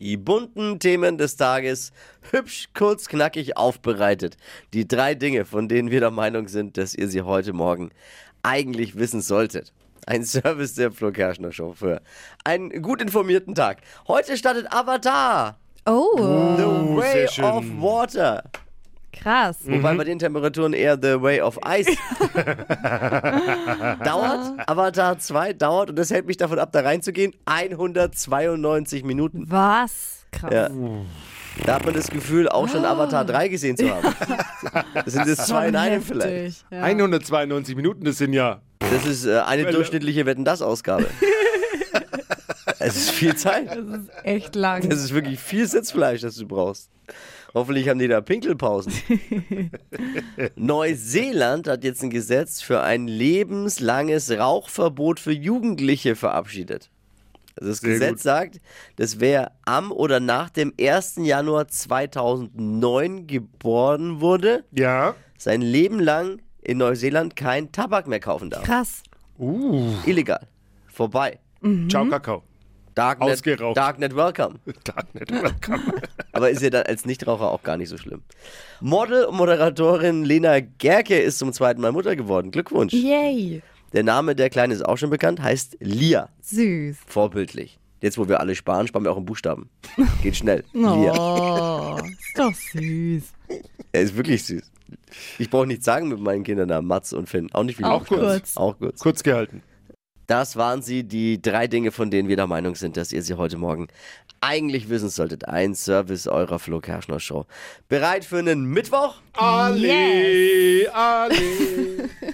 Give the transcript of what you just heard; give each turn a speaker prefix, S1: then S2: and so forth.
S1: Die bunten Themen des Tages, hübsch, kurz, knackig aufbereitet. Die drei Dinge, von denen wir der Meinung sind, dass ihr sie heute Morgen eigentlich wissen solltet. Ein Service der Flo Kerschner Show für einen gut informierten Tag. Heute startet Avatar,
S2: Oh,
S1: The Way
S3: sehr schön. Mhm.
S1: of Water.
S2: krass.
S1: Wobei bei den Temperaturen eher The Way of Ice dauert. Avatar 2 dauert und das hält mich davon ab, da reinzugehen. 192 Minuten.
S2: Was? Krass.
S1: Ja. Da hat man das Gefühl, auch schon Avatar 3 gesehen zu haben. Das sind es zwei in einem vielleicht.
S2: Heftig, Ja.
S3: 192 Minuten, das sind ja.
S1: Das ist äh, eine durchschnittliche Wetten das Ausgabe. Es ist viel Zeit.
S2: Das ist echt lang.
S1: Das ist wirklich viel Sitzfleisch, das du brauchst. Hoffentlich haben die da Pinkelpausen. Neuseeland hat jetzt ein Gesetz für ein lebenslanges Rauchverbot für Jugendliche verabschiedet. Also das
S3: Sehr
S1: Gesetz
S3: gut.
S1: sagt, dass wer am oder nach dem 1. Januar 2009 geboren wurde,
S3: Ja.
S1: sein Leben lang in Neuseeland kein Tabak mehr kaufen darf.
S2: Krass.
S3: Uh.
S1: Illegal. Vorbei.
S3: Ciao, Kakao.
S1: Darknet,
S3: Ausgeraucht.
S1: Darknet Welcome.
S3: Darknet Welcome.
S1: Aber ist ja dann als Nichtraucher auch gar nicht so schlimm. Model und Moderatorin Lena Gerke ist zum zweiten Mal Mutter geworden. Glückwunsch.
S2: Mhm. Yay.
S1: Der Name der Kleinen ist auch schon bekannt, heißt Lia.
S2: Süß.
S1: Vorbildlich. Jetzt, wo wir alle sparen, sparen wir auch in Buchstaben. Geht schnell. Lia.
S2: Oh, ist doch süß.
S1: Er ist wirklich süß. Ich brauche nichts sagen mit meinen Kindernamen, Mats und Finn. Auch nicht viel
S2: Auch
S1: Buchstaben.
S2: kurz.
S1: Auch kurz.
S3: Kurz gehalten.
S1: Das waren sie, die drei Dinge, von denen wir der Meinung sind, dass ihr sie heute Morgen eigentlich wissen solltet. Ein Service eurer Flo Kerschner Show. Bereit für einen Mittwoch?
S3: Ali, Ali.